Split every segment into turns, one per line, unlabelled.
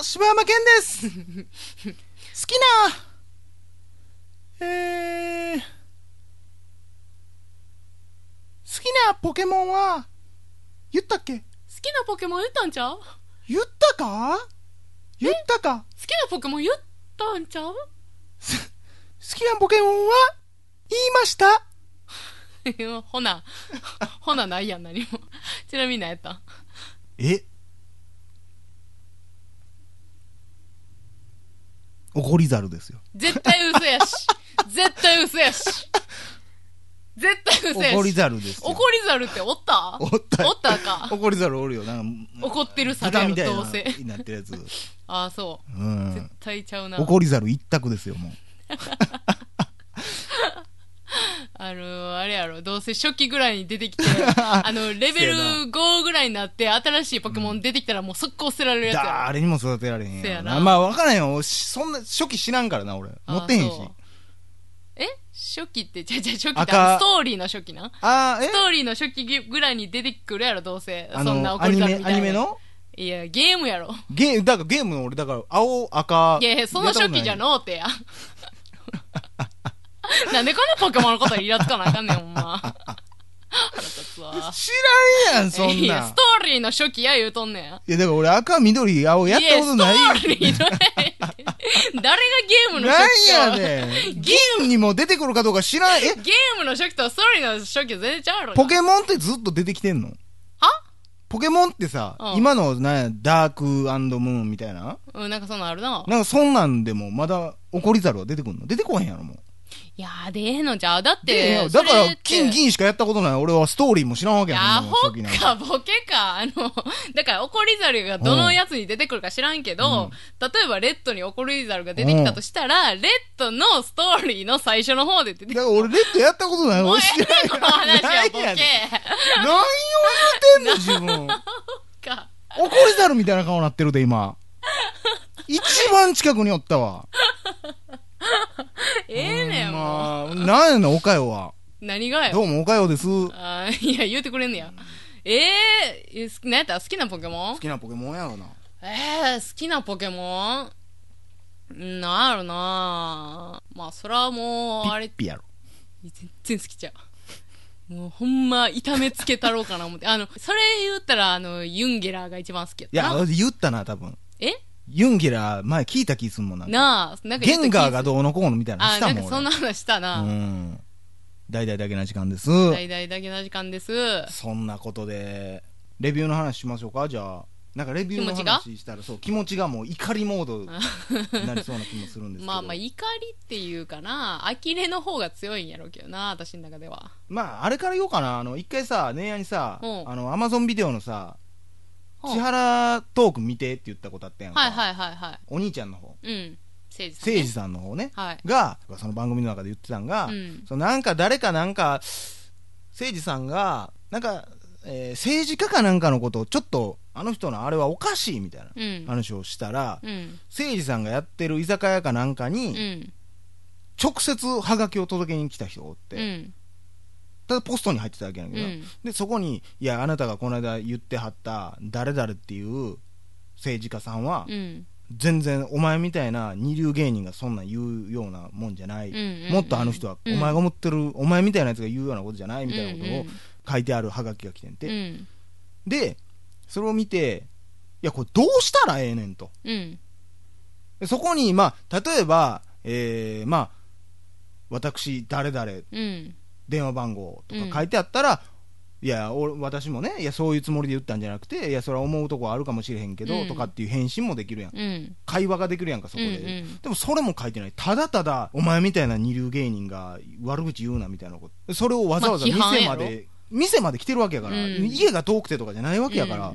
柴山健です 好きな、えー、好きなポケモンは、言ったっけ
好きなポケモン言ったんちゃう好
言ったか言ったか
きなポケモン言ったんちゃう
好きなポケモンは、言いました
ほな、 ほなないやん、何も。ちなみに何やったん
え怒りざるですよ。
絶対嘘や し。絶対嘘やし。絶対嘘やし。
怒りざるですよ。
怒りざるっておった
おったよ
おったか。
怒りざるおるよ。なんか、
怒ってる猿
豚
や
みたいな
ろ、どうせ。
になってるやつ。う
ああ、そう。絶
ん。
対ちゃうな。
怒りざる一択ですよ、 もう。
あの、あれやろ、どうせ初期ぐらいに出てき て、あの、レベル5ぐらいになって、新しいポケモン出てきたらもう速攻捨てられるやつや
誰にも育てられへん
せ
や
や
ん
な
まあ分からへんよしそんな初期知らんからな俺
ろ。
持ってへんし
あそうえ初期って、じゃじゃ初期って
赤
あのストーリーの初期な
あーえ
ストーリーの初期ぐらいに出てくるやろ、どうせ。
あ
そんな
の
怒
ア
り
ニ
方み
メ
たいな。
アニメの
いや、ゲームやろ。
ゲームだからゲームの俺だから青赤
いやいや、その初期じゃのうてや。 なんでこんなポケモンのことイラつかなあかんねん、ほんま。腹立つわ。
知 らんやんそんなん
い
い
や、
や
ストーリーの初期や言うとんねん。や
だから俺赤緑青やったことない
ストーリーの誰がゲームの初期
なんや
と
ねんゲームにも出てくるかどうか知らんえ
ゲームの初期とストーリーの初期は全然ちゃうやろ。
ポケモンってずっと出てきてんの
は
ポケモンってさ、
うん
今のなんやダークムーンみたいな
うん、なんかそんなんあるな。
なんかそんなんでもまだ怒りざるは出てくんの出てこへんやろもう
いやー、でええのじゃう。だっ
いや
て、
だか
そ
ら
れって
金銀しかやったことない俺はストーリーも知らんわけ
い
や
や、
ん
ほ
そ
っ
んなの初期なん
か、ボケか。あの、 だから、怒り猿がどのやつに出てくるか知らんけど、例えば、レッドに怒り猿が出てきたとしたら、レッドのストーリーの最初の方で出て
だ
く
か
る。
ら俺レッドやったことない
もう
俺
え
知ら
え
ん
ねんこの話はボ
何やねん
ケ。
何を言うてんの自分
か。
怒りざるみたいな顔なってるで今一番近くにおったわ
ええねん、もう。
まあなんやねんおかよは
何が
ど
よ。
うもおかよです好
あーいや、言うてくれんねや。ええー、何やった好きなポケモン
きなポケモンやろな
えー、好きなポケモンなんやろなまあ、そらもう、あれ
ピッピやろ
全然好きちゃう。もうほんま、痛めつけたろうかな思って。あの、それ言ったら、あの、ユンゲラーが一番好きやっ
い
た
や
な。
言ったな多分
え
ユンゲラー前聞いた気すんもんなんか
なあ、なんか
ゲンガー
が
がどうのこうのみたいなの
あ
し、た
な
も
ん
ん俺
かそんな話したな。
うん大々だけな時間です
大々だけな時間です。
そんなことで、レビューの話しましょうか、じゃあ。なんかレビューの
気持ちが
話したら、そう、気持ちがもう怒りモードになりそうな気もするんですけど。
まあまあ、怒りっていうかな、呆れの方が強いんやろうけどな、私の中では。
まあ、あれから言おうかな。あの、一回さ、姉やにさ、
うん
あの、アマゾンビデオのさ、
ほう
千原トーク見てって言ったことあったやんか。
はいはいはいは
お兄ちゃんの方、
い。うん。誠治さん、
誠治さんの方ね、
はい。
が、その番組の中で言ってたんが、
うん
そのなんか誰かなんか、誠治さんが、なんか、えー政治家かなんかのことをちょっと、あの人のあれはおかしいみたいな。
うん。
話をしたら、
うん。
誠治さんがやってる居酒屋かなんか
う
に、
ん。
直接ハガキを届けに来た人がおっ
う
て、
ん。
ただポストに入ってたわけやねん
う
けどな、
ん。
でそこに、いや、あなたがこの間言ってはった、誰々っていう政治家さんは、
うん。
全然お前みたいな二流芸人がそんなん言うようなもんじゃない、
うん
もっとあの人は、
う
お
ん
前が思ってる、お前みたいなやつが言うようなことじゃないみたいな
うん
こ
うん
とを書いてあるハガキが来てんて、
うん。
で、それを見て、いや、これどうしたらええねんと。
うん。
でそこに、まあ、例えば、えーまあ、私、誰々、
うん。
電話番号と
うん
か書いてあったら、いや俺、私もね、いや、そういうつもりで言ったんじゃなくて、いや、それは思うとこあるかもしれへんけど、
うん
とかっていう返信もできるやん。
うん。
会話ができるやんか、そこで。
うんうん
でも、それも書いてない。ただただ、お前みたいな二流芸人が悪口言うなみたいなこと。それをわざわざ
まあ批判
店ま
や
で、店まで来てるわけやから、
うん
家が遠くてとかじゃないわけやから、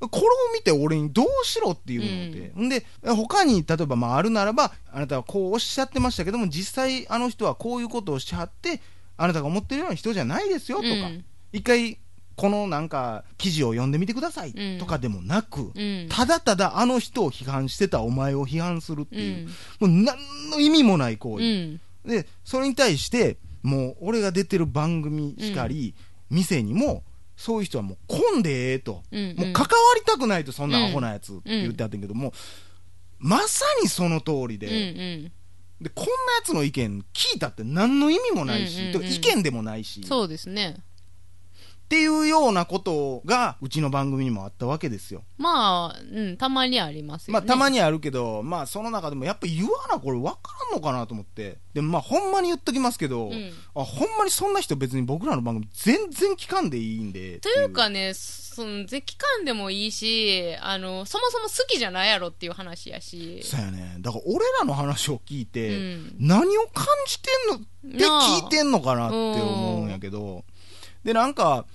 う
これを見て俺にどうしろっていうのって、ん、で他に例えばまああるならばあなたはこうおっしゃってましたけども実際あの人はこういうことをしはってあなたが思ってるような人じゃないですよとか、
うん
一回このなんか記事を読んでみてください
うん
とかでもなく、
うん。
ただただあの人を批判してたお前を批判するって
う
い
ん
う、。もう何の意味もない行
う
為、
ん。
でそれに対してもう俺が出てる番組しかり、店にもそういう人はもう混んでええと、
うんうん
もう関わりたくないとそんなアホなやつって言ってあったんやけども、まさにその通りで,、
うんうん
でこんなやつの意見聞いたって何の意味もないし、
うんうんうん
てか意見でもないしっ
そうですね
ていうようなことがうちの番組にもあったわけですよ。
まあ、うん、たまにありますよ、ね、
まあ、たま
に
にあるけど、まあ、その中でもやっぱ言わなこれ分からんのかなと思ってでもまあほんまに言っときますけど、
うん
あほんまにそんな人別に僕らの番組全然聞かんでいいんで
というかねそのぜ期間でもいいしあのそもそも好きじゃないやろっていう話やし
そうやねだから俺らの話を聞いて、
うん
何を感じてんのって
なあ
聞いてんのかなって思うんやけどでなんか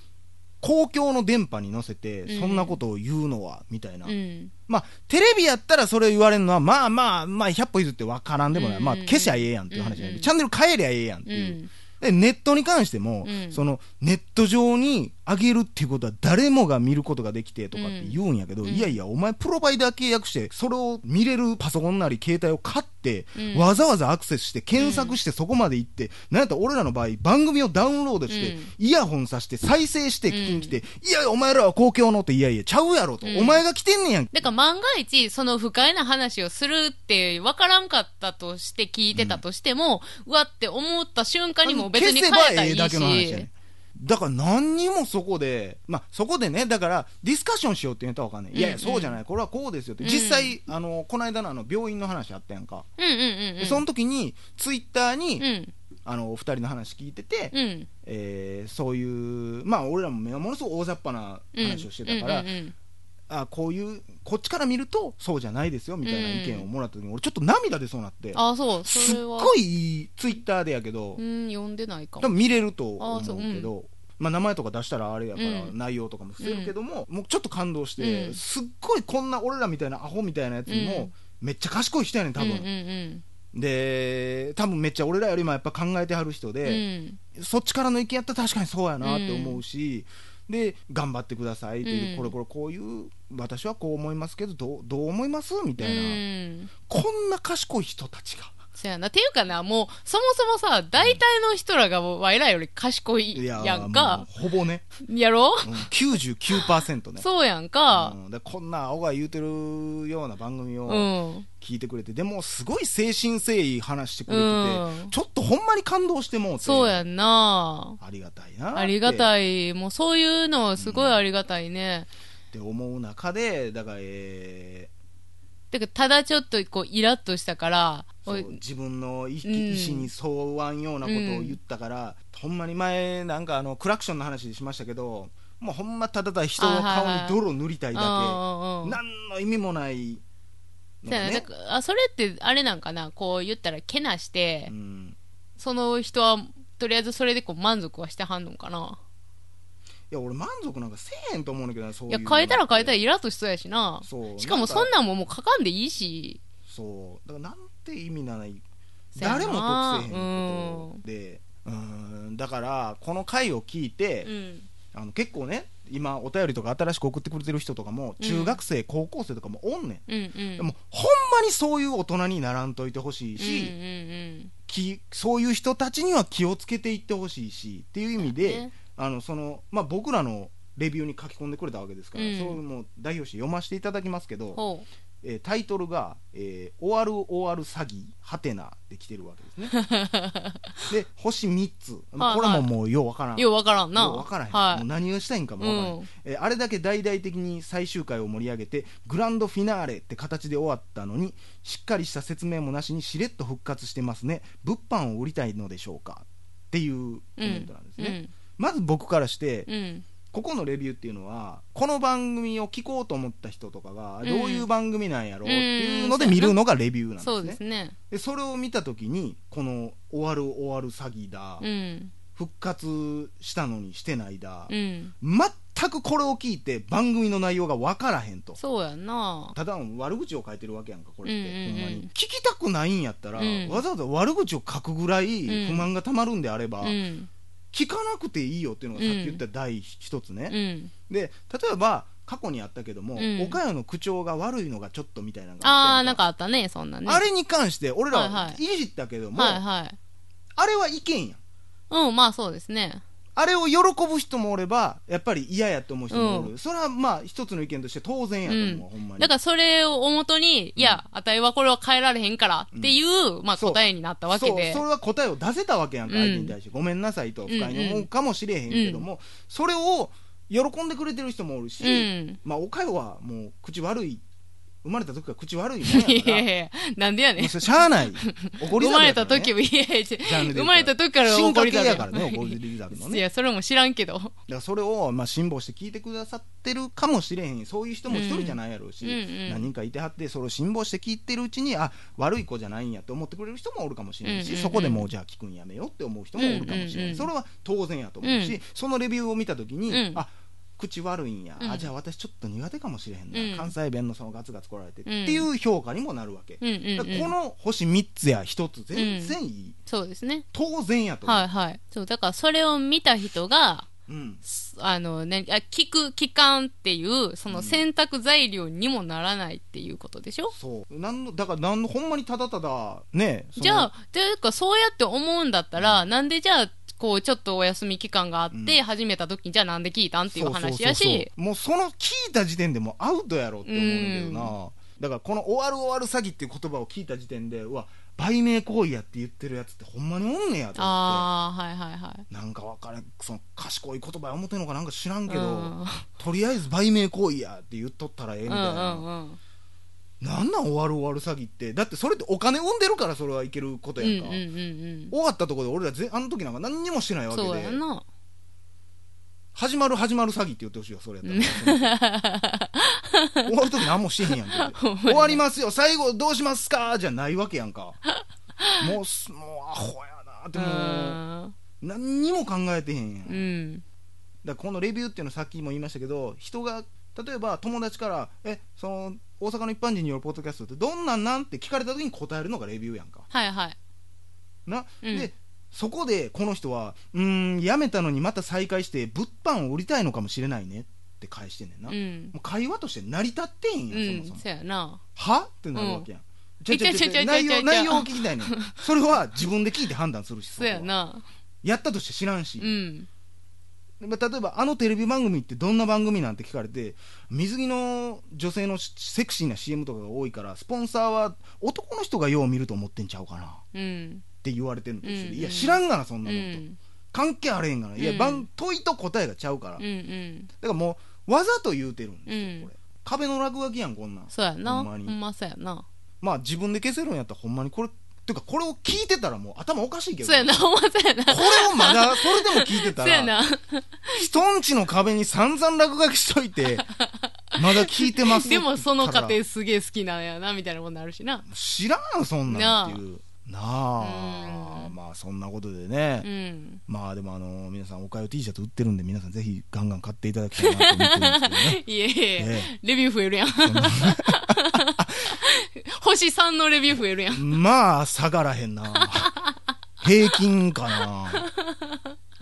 公共の電波に乗せて
うん
そんなことを言うのは、みたいな、
うん
まあテレビやったらそれ言われるのはまあまあまあ100歩譲って分からんでもない、
うん
まあ消しゃええやんっていう話じゃない、
うん
チャンネル変えりゃええやんって
う
いう、
ん
でネットに関しても、
うん
そのネット上に上げるっていうことは誰もが見ることができてとかって言うんやけど、
うん
いやいやお前プロバイダー契約してそれを見れるパソコンなり携帯を買って、
うん
わざわざアクセスして検索してそこまで行って、なんやったら俺らの場合番組をダウンロードして、
うん
イヤホンさして再生して聞きに来て、いやいやお前らは公共のっていやいやちゃうやろと、
うん
お前が来てんねやん
だから万が一その不快な話をするって分からんかったとして聞いてたとしても、うわって思った瞬間にも別に変えたらいい
消せばええ
し
だけの話やねんだから何にもそこで、まあ、そこでねだからディスカッションしようって言ったらわかんない、いやいや
うんうん
そうじゃないこれはこうですよって、
うん
実際あのこの間のあの病院の話あったやんか、
うんうんうんう
で
ん
その時にツイッターに、
うん
あのお二人の話聞いてて、
うん
えーそういうまあ俺らもものすごく大雑把な話をしてたから、
うんうんうん
あこういうこっちから見るとそうじゃないですよみたいな意見をもらった時に、俺ちょっと涙出そうになって
あそう
す
そ
っ
れは
ごいいいツイッターでやけど、
うん読んでないか
多
も
分見れると思
あーそうう
けどまあ、名前とか出したらあれやから、
うん
内容とかも伏せるけども、もうちょっと感動して、
うん
すっごいこんな俺らみたいなアホみたいなやつにも
うん、
めっちゃ賢い人やねん多
うんうん
分、で多分めっちゃ俺らよりもやっぱ考えてはる人
うんう
で、
ん
そっちからの意見やったら確かにそうやなって思うし、で頑張ってくださいっていう、
うん
これこれこういう私はこう思いますけどどうどう思いますみたいな、
うん
こんな賢い人たちが
そやな。ていうかな、もう、そもそもさ、大体の人らが、わいらより賢い
ー
やん
も
か。
うほぼね、
やろ
うん、99%ね
そうやんか。
うん、でこんな青が言うてるような番組
う
を
ん。
聞いてくれて、でもすごい誠心誠意話してくれてて、
うん
ちょっとほんまに感動してもうて
そうやんな。
ありがたいな
ありが
いった
い。もうそういうのはすごいありがたいね。
て思う中でだから、え
てか、ただちょっと、こう、イラッとしたから、
ーそう
おい
自分の意,、
うん
意思に沿わんようなことを言ったから、ほんまに前なんかあのクラクションの話しましたけどもうほんまただただ人の顔に泥塗りたいだけ、
うんうんうん
何の意味もないの
そうや
が
なだからあそれって、あれなんかな、こう言ったら、けなして、
うん
その人は、とりあえずそれでこう満足はしてはんのかな。
いや俺満足なんかせえへんと思うねんだけどなそう
い
いう
や、
の
変えたら変えたら
って
イラッとしそうやしな。
そう
しかもそんなんももう書かんでいいし。
そうだからなんて意味のない
せやな
誰も得せへんことでうんだからこの回を聞いて、
うん。
あの結構ね今お便りとか新しく送ってくれてる人とかも
うん
中学生、高校生とかもおんねん
うんうん。
でもほんまにそういう大人にならんといてほしいし、
うんうん
きそういう人たちには気をつけていってほしいしっていう意味で、
ね
あのそのまあ、僕らのレビューに書き込んでくれたわけですから、
うん
それをもう代表して読ませていただきますけ
うん。
ど、
ほ
えータイトルが、えー終わる終わる詐欺ハテナで来てるわけです ねで星3つ、まあ、これ
はいは
も
い
もうようわからん
う。ようわからんな。
ようわからへん、もう
は
何をしたいんかも
い。
わからへん、
うん。
えーあれだけ大々的に最終回を盛り上げてグランドフィナーレって形で終わったのにしっかりした説明もなしにしれっと復活してますね物販を売りたいのでしょうかっていうコメントなんですね、まず僕からして
うん。うん。
ここのレビューっていうのはこの番組を聞こうと思った人とかが
うん
どういう番組なんやろうっていうので見るのがレビューなんですね,、
そうですね。
でそれを見た時にこの「終わる終わる詐欺だ」
うん。
復活したのにしてないだ」
うん。
全くこれを聞いて番組の内容が分からへんと
そうやな。
ただの悪口を書いてるわけやんかこれって、
うんうんうん
ほんまに聞きたくないんやったら、
うん
わざわざ悪口を書くぐらい
うん
不満がたまるんであれば、
うん。
聞かなくていいよっていうのがさっき言った第一つね、
うん。
で例えば過去にあったけども、
うん
岡山の口調が悪いのがちょっとみたいなのが
あ
ったや
あ、なんかあったね、そんなね。
あれに関して俺
はい
ら
はい
いじったけども、
はいはい。
あれは意見やん
うん、まあそうですね。
あれを喜ぶ人もおればやっぱり嫌やと思う人もおる、それはまあ一つの意見として当然やと思う、ほんまに
だからそれをおもとに、いや、あたいはこれは変えられへんからっていう、まあ
そう
答えになったわけで。
そうそれは答えを出せたわけやんか、
うん
相手に対してごめんなさいと不快に思うかもしれへんけども、それを喜んでくれてる人もおるし、
うん
まあおかよはもう口悪い生まれた時から口悪いもんや
い
か
や
ら
いやいや、なんでや
も
ねん
う。それしゃあない怒り
生
ざ
ま
る
れ
やか
た
らね
時も、いやいやいや
ジャンルで言ったら
生まれた時から
進
怒
化
り
系
だ
やからね怒りざるの
い
ね
や、それも知らんけど。
だからそれをまあ辛抱して聞いてくださってるかもしれへんそういう人も一人じゃないやろうし、
うんうんうん
何人かいてはってそれを辛抱して聞いてるうちにあ悪い子じゃないんやと思ってくれる人もおるかもしれんし、
うんうんうん
そこでもうじゃあ聞くんやめようって思う人もおるかもしれん、
うんうんうん
それは当然やと思うし、
うん
そのレビューを見た時に、
うん
あ口悪いんや、
う
あ
ん
じゃあ私ちょっと苦手かもしれへんな、
うん
関西弁のそのガツガツ来られて、
うん
っていう評価にもなるわけ、
うんうん
だ
う
からこ
ん。
の星3つや1つ全然いい、
そうですね。
当然やと思う、
はいはい。そう、だからそれを見た人が、
うん、
すあの、ね、あ聞く、聞かんっていう、その選択材料にもならないっていうことでしょ、
そうなんのだからなんのほんまにただただねその
じゃあ、ていうか、そうやって思うんだったら、なんでじゃあ、こう、ちょっとお休み期間があっ
う
て、始めた時に、じゃあなんで聞いたんっていう話や
そうそうそう
し、
そうもうその聞いた時点でもうアウトやろって思うんだよなだからこの「終わる終わる詐欺」っていう言葉を聞いた時点でうわ売名行為やって言ってるやつってほんまにおんねやと思っ
ああ、はいはいはい。
てなんか分からんその賢い言葉や思ってんのかなんか知らんけ
う
ど、
ん
とりあえず売名行為やって言っとったらええみ
う
たいな、
んうんうん。
なんなん終わる終わる詐欺ってだってそれってお金生んでるからそれはいけること
う
や
ん
ん
う
か、
んうん
終わったところで俺らぜあの時なんか何にもしてない
うん。
わけ
そう
で
やな。
始まる始まる詐欺って言ってほしいよそれや ったら終わる時何もしてへんやんけ
ほんまに
終わりますよ最後どうしますかじゃないわけやんかもうすもうアホやなって
う。
もうん何にも考えてへんやん
う
だから
ん。
このレビューっていうのさっきも言いましたけど人が例えば友達から「えその大阪の一般人によるポッドキャストってどんなんなん?」って聞かれた時に答えるのがレビューやんか
はいはい。
な、
うん
でそこでこの人は「うーん辞めたのにまた再開して物販を売りたいのかもしれないね」って返してんねんな、
うん。
もう会話として成り立ってん
う
や、
ん。
そも
そ
そも
うやな。
はってなるわけやん、
ん
ちょいちょいちょい
い
ちょ
や
い内
いや
容
いやいや
内容を聞きたいねんそれは自分で聞いて判断するし
そうや
そこは
な。
やったとして知らんし、
うん。
まあ例えばあのテレビ番組ってどんな番組なんて聞かれて水着の女性のしセクシーな CM とかが多いからスポンサーは男の人がよう見ると思ってんちゃうかなっ
うん。
て言われてるのと一緒で、
うんうん
いや知らんがなそん
うん。う
なこと、
ん
関係あれへんがな、いや
うん
番問いと答えがちゃうから、
う
だ
ん。
からもうわざと言うてるんですよ、
うん
これ壁の落書きやんこんなん
そうやな。
ほ
ほ
んまに
んまそうやな。
まあ自分で消せるんやったらほんまにこれっていうかこれを聞いてたらもう頭おかしいけど
そうやな、ほんまそうやな。
これをまだそれでも聞いてた
そう
ら
や な。
人んちの壁に散々落書きしといてまだ聞いてますって言
で
ったら
もその家庭すげえ好きなんやな、みたいなことになるしな。
知らん そんなんっていうなあ
うん
まあそんなことでね、
うん。
まあでもあの皆さんおかよ T シャツ売ってるんで皆さんぜひガンガン買っていただきたいなと思ってるんですけどね
いえいえ
え、
レビュー増 えるやん。星3のレビュー増えるやん。
まあ下がらへんな平均かな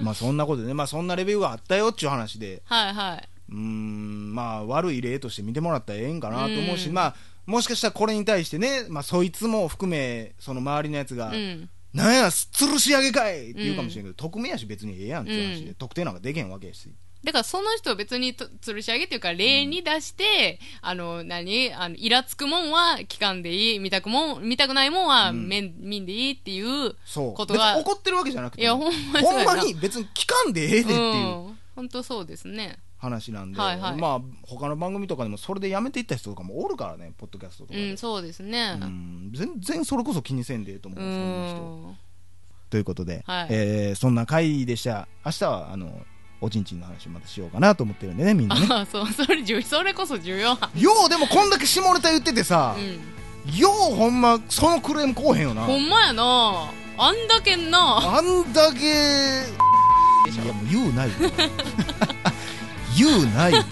まあそんなことでねまあそんなレビューがあったよっちゅう話で
はいはい。
うーんまあ悪い例として見てもらったらええんかなと思うし、
うん
まあもしかしたらこれに対してね、まあ、そいつも含めその周りのやつが、
うん。
なんや吊るし上げかいって言うかもしれんけど、匿名やし別にええやんっていう話で、
うん
特定なんかできへんわけやし
だからその人を別にと吊るし上げっていうか、例に出して、あの、何あの、イラつくもんは聞かんでいい、見たくもん、見たくないもんは
うん
めん、見んでいいっていう。
そう
こと
別
は
に怒ってるわけじゃなくて
いや、ほんまそうやな。
に別に聞かんでええでっていう
うん。本当そうですね。
話なんで、
はいはい
まあ他の番組とかでもそれでやめていった人とかもおるからねポッドキャストとか
う
で、
ん、そうですね。
うん全然それこそ気にせんでええと思う
う
そんな人
ん。
ということで、
はい
えーそんな回でした明日はあのおちんちんの話をまたしようかなと思ってるんでねみん なね
あそうそれ重それこそ重要犯
ようでもこんだけ下ネタ言っててさ
う、ん
ようほんまそのクレームこうへんよな
ほんまやなあんだけんな
あんだけいやもう言うないよ言うないよ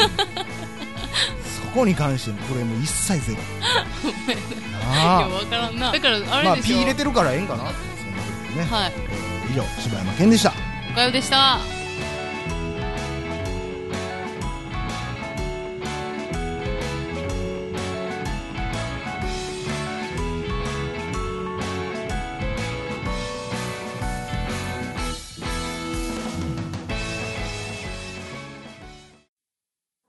そこに関してのクレーム一切 ゼロ
いや
あ
わからんなだから
あ
あ
まあ
れ
P
でしょ、
入れてるからええんかなそんなことね、
はい
えー以上柴山健でした
おかよでした